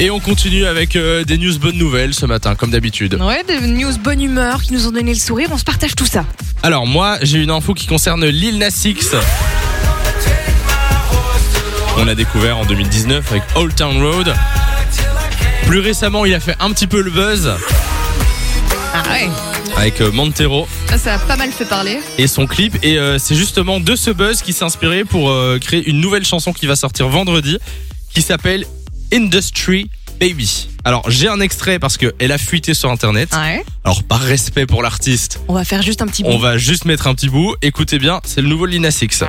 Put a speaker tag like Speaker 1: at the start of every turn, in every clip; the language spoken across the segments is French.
Speaker 1: Et on continue avec euh, des news bonnes nouvelles ce matin, comme d'habitude.
Speaker 2: Ouais, des news bonne humeur qui nous ont donné le sourire, on se partage tout ça.
Speaker 1: Alors moi, j'ai une info qui concerne Lil Nas X. On l'a découvert en 2019 avec Old Town Road. Plus récemment, il a fait un petit peu le buzz
Speaker 2: Ah ouais,
Speaker 1: avec euh, Montero
Speaker 2: ça, ça a pas mal fait parler.
Speaker 1: et son clip. Et euh, c'est justement de ce buzz qui s'est inspiré pour euh, créer une nouvelle chanson qui va sortir vendredi, qui s'appelle Industry Baby. Alors j'ai un extrait parce qu'elle a fuité sur Internet.
Speaker 2: Ouais.
Speaker 1: Alors par respect pour l'artiste,
Speaker 2: On va faire juste un petit bout.
Speaker 1: On va juste mettre un petit bout. Écoutez bien, c'est le nouveau Lina Six.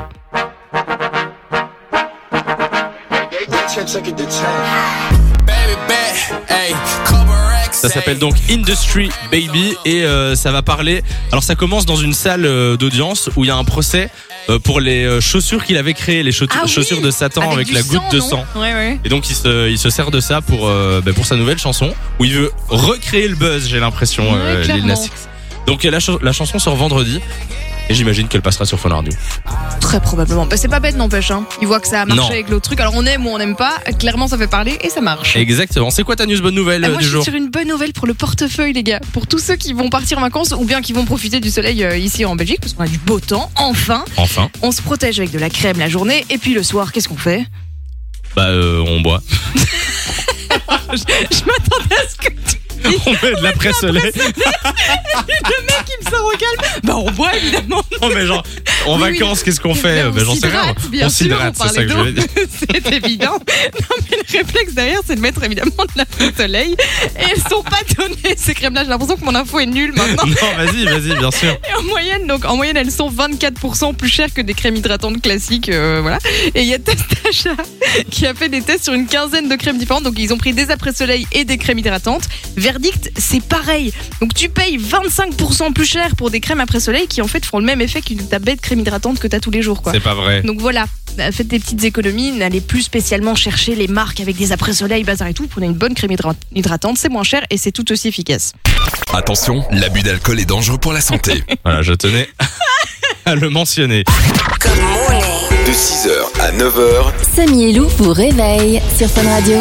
Speaker 1: Ça s'appelle donc Industry Baby et euh, ça va parler. Alors ça commence dans une salle euh, d'audience où il y a un procès euh, pour les euh, chaussures qu'il avait créées, les chaussures-
Speaker 2: Ah oui
Speaker 1: chaussures de Satan avec,
Speaker 2: du
Speaker 1: la
Speaker 2: sang,
Speaker 1: goutte de
Speaker 2: non
Speaker 1: sang.
Speaker 2: Ouais, ouais.
Speaker 1: Et donc il se, il se sert de ça pour, euh, bah, pour sa nouvelle chanson où il veut recréer le buzz, j'ai l'impression, euh,
Speaker 2: Ouais,
Speaker 1: Lil Nas
Speaker 2: clairement.
Speaker 1: X. Donc euh, la, cha- la chanson sort vendredi et j'imagine qu'elle passera sur Fun Radio.
Speaker 2: Très probablement. Bah, c'est pas bête, n'empêche. Hein. Ils voient que ça a marché
Speaker 1: Non.
Speaker 2: avec l'autre truc. Alors on aime ou on n'aime pas. Clairement, ça fait parler et ça marche.
Speaker 1: Exactement. C'est quoi ta news bonne nouvelle
Speaker 2: Ah,
Speaker 1: euh,
Speaker 2: moi,
Speaker 1: du
Speaker 2: je suis
Speaker 1: jour
Speaker 2: sur une bonne nouvelle pour le portefeuille, les gars. Pour tous ceux qui vont partir en vacances ou bien qui vont profiter du soleil euh, ici en Belgique, parce qu'on a du beau temps, enfin.
Speaker 1: Enfin,
Speaker 2: On se protège avec de la crème la journée et puis le soir, qu'est-ce qu'on fait
Speaker 1: bah euh, on boit.
Speaker 2: Je m'attendais à ce que tu-
Speaker 1: on met de la presse au lait.
Speaker 2: qui me sort au calme. Bah, on boit évidemment.
Speaker 1: Non Oh, mais genre en
Speaker 2: Oui, oui.
Speaker 1: vacances qu'est-ce qu'on
Speaker 2: Eh
Speaker 1: fait
Speaker 2: ben, on
Speaker 1: Bah, j'en sais rien.
Speaker 2: s'hydrate, bien
Speaker 1: on
Speaker 2: sûr,
Speaker 1: s'hydrate,
Speaker 2: on
Speaker 1: c'est ça que je voulais
Speaker 2: parlait
Speaker 1: dire.
Speaker 2: C'est évident. Non, mais le réflexe derrière, c'est de mettre évidemment de la crème soleil. Et elles sont pas données, ces crèmes-là. J'ai l'impression que mon info est nulle maintenant.
Speaker 1: Non, vas-y, vas-y, bien sûr.
Speaker 2: Et en moyenne, donc, en moyenne, elles sont 24% plus chères que des crèmes hydratantes classiques. euh, voilà. Et il y a Testacha qui a fait des tests sur une quinzaine de crèmes différentes. Donc, ils ont pris des après-soleil et des crèmes hydratantes. Verdict, c'est pareil. Donc, tu payes 25% plus cher pour des crèmes après-soleil qui, en fait, font le même effet qu'une tablette crème hydratante que t'as tous les jours, quoi.
Speaker 1: C'est pas vrai.
Speaker 2: Donc voilà, bah, faites des petites économies, n'allez plus spécialement chercher les marques avec des après-soleil, bazar et tout, prenez une bonne crème hydra- hydratante, c'est moins cher et c'est tout aussi efficace.
Speaker 3: Attention, l'abus d'alcool est dangereux pour la santé.
Speaker 1: Voilà, je tenais à le mentionner.
Speaker 3: De 6h à 9h,
Speaker 4: Samy et Lou vous réveille sur Fun Radio.